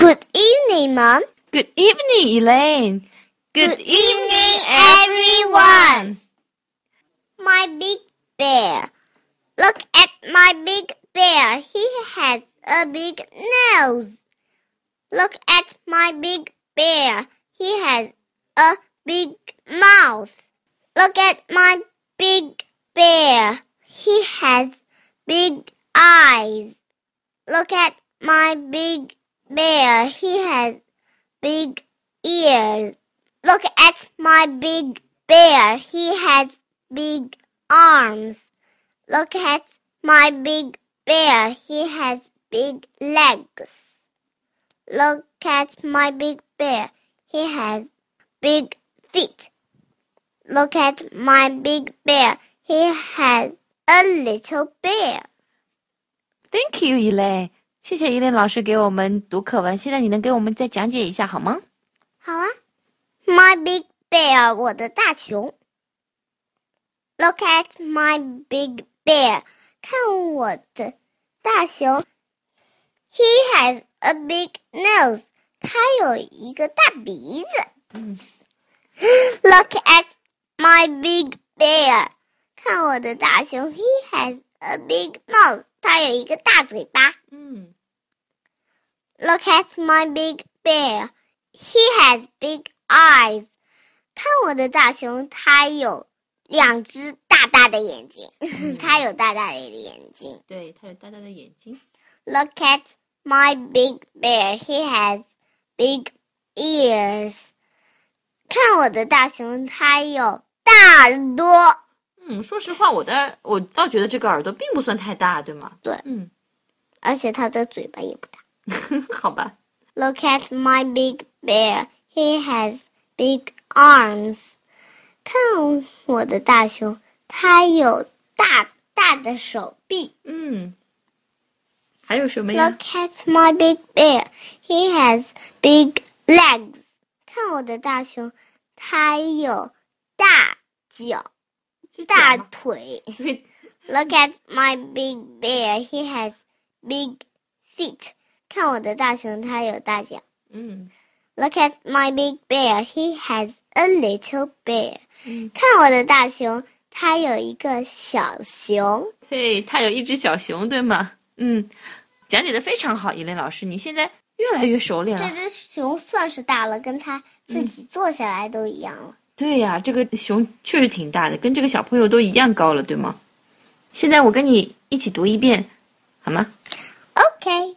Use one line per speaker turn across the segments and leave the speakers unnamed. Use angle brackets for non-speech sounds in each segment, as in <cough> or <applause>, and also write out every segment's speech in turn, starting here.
Good evening, Mom.
Good evening, Elaine.
everyone. My big bear. Look at my big bear. He has a big nose. Look at my big bear. He has a big mouth. Look at my big bear. He has big eyes. Look at my big bear. He has big ears. Look at my big bear. He has big arms. Look at my big bear. He has big legs. Look at my big bear. He has big feet. Look at my big bear. He has a little bear.
Thank you, Elaine. 谢谢 Elaine 老师给我们读课文。现在你能给我们再讲解一下好吗？
好啊。My big bear，我的大熊。Look at my big bear，看我的大熊。He has a big nose，他有一个大鼻
嗯
子。Look at my big bear，看我的大熊。He has a big nose，他有一个大嘴巴。
嗯
Look at my big bear. He has big eyes. 看我的大熊，它有两只大大的眼睛，它有大大的眼睛。
对，它有大大的眼睛。
Look at my big bear. He has big ears. 看我的大熊，它有大耳朵。
嗯，说实话，我的我倒觉得这个耳朵并不算太大，对吗？
对
嗯， <laughs>
而且它的嘴巴也不大。
好吧。
Look at my big bear. He has big arms. 看我的大熊，它有大大的手臂。
嗯，还有什么呀
Look at my big bear. He has big legs. 看我的大熊，它有大脚、
是
大
脚吗
腿。
对，
Look at my big bear. He has big feet. 看我的大熊，它有大脚。
嗯
Look at my big bear. He has a little bear.
嗯，
看我的大熊，它有一个小熊。
对，它有一只小熊，对吗？嗯，讲解的非常好，伊琳老师，你现在越来越熟练
这
了。
只熊算是大了，跟它自己坐下来都一样了。
对呀、这个熊确实挺大的，跟这个小朋友都一样高了，对吗？现在我跟你一起读一遍，好吗
Okay,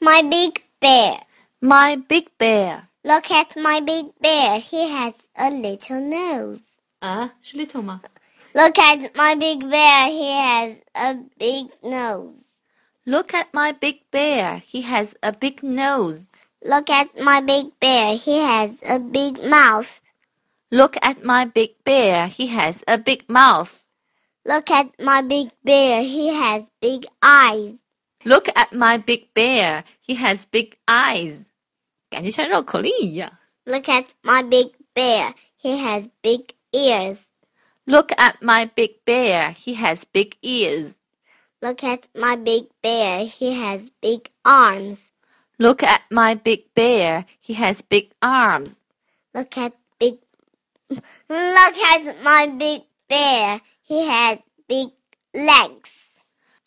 my big bear.
？My big bear，
Look at my big bear. He has a little nose.
啊，是 little 吗
Look at my big bear. He has a big nose.
？Look at my big bear, he has a big nose.
Look at my big bear. He has a big mouth.
Look at my big bear, he has a big mouth.
Look at my big bear. He has big eyes.
Look at my big bear, he has big eyes. 感觉像绕口令一样。
Look at my big bear. He has big ears.
Look at my big bear, he has big ears.
Look at my big bear. He has big arms.
Look at my big bear, he has big arms.
Look at big. Look at my big bear. He has big legs.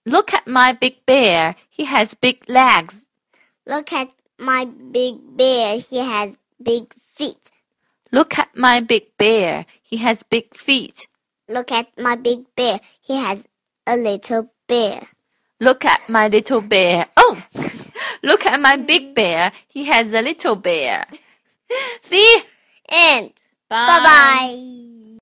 Look at my big bear, he has big legs.
Look at my big bear. He has big feet.
Look at my big bear, he has big feet.
Look at my big bear. He has a little bear.
Look at my little bear. Oh, <laughs> look at my big bear, he has a little bear. <laughs> See?
And
Bye
bye bye.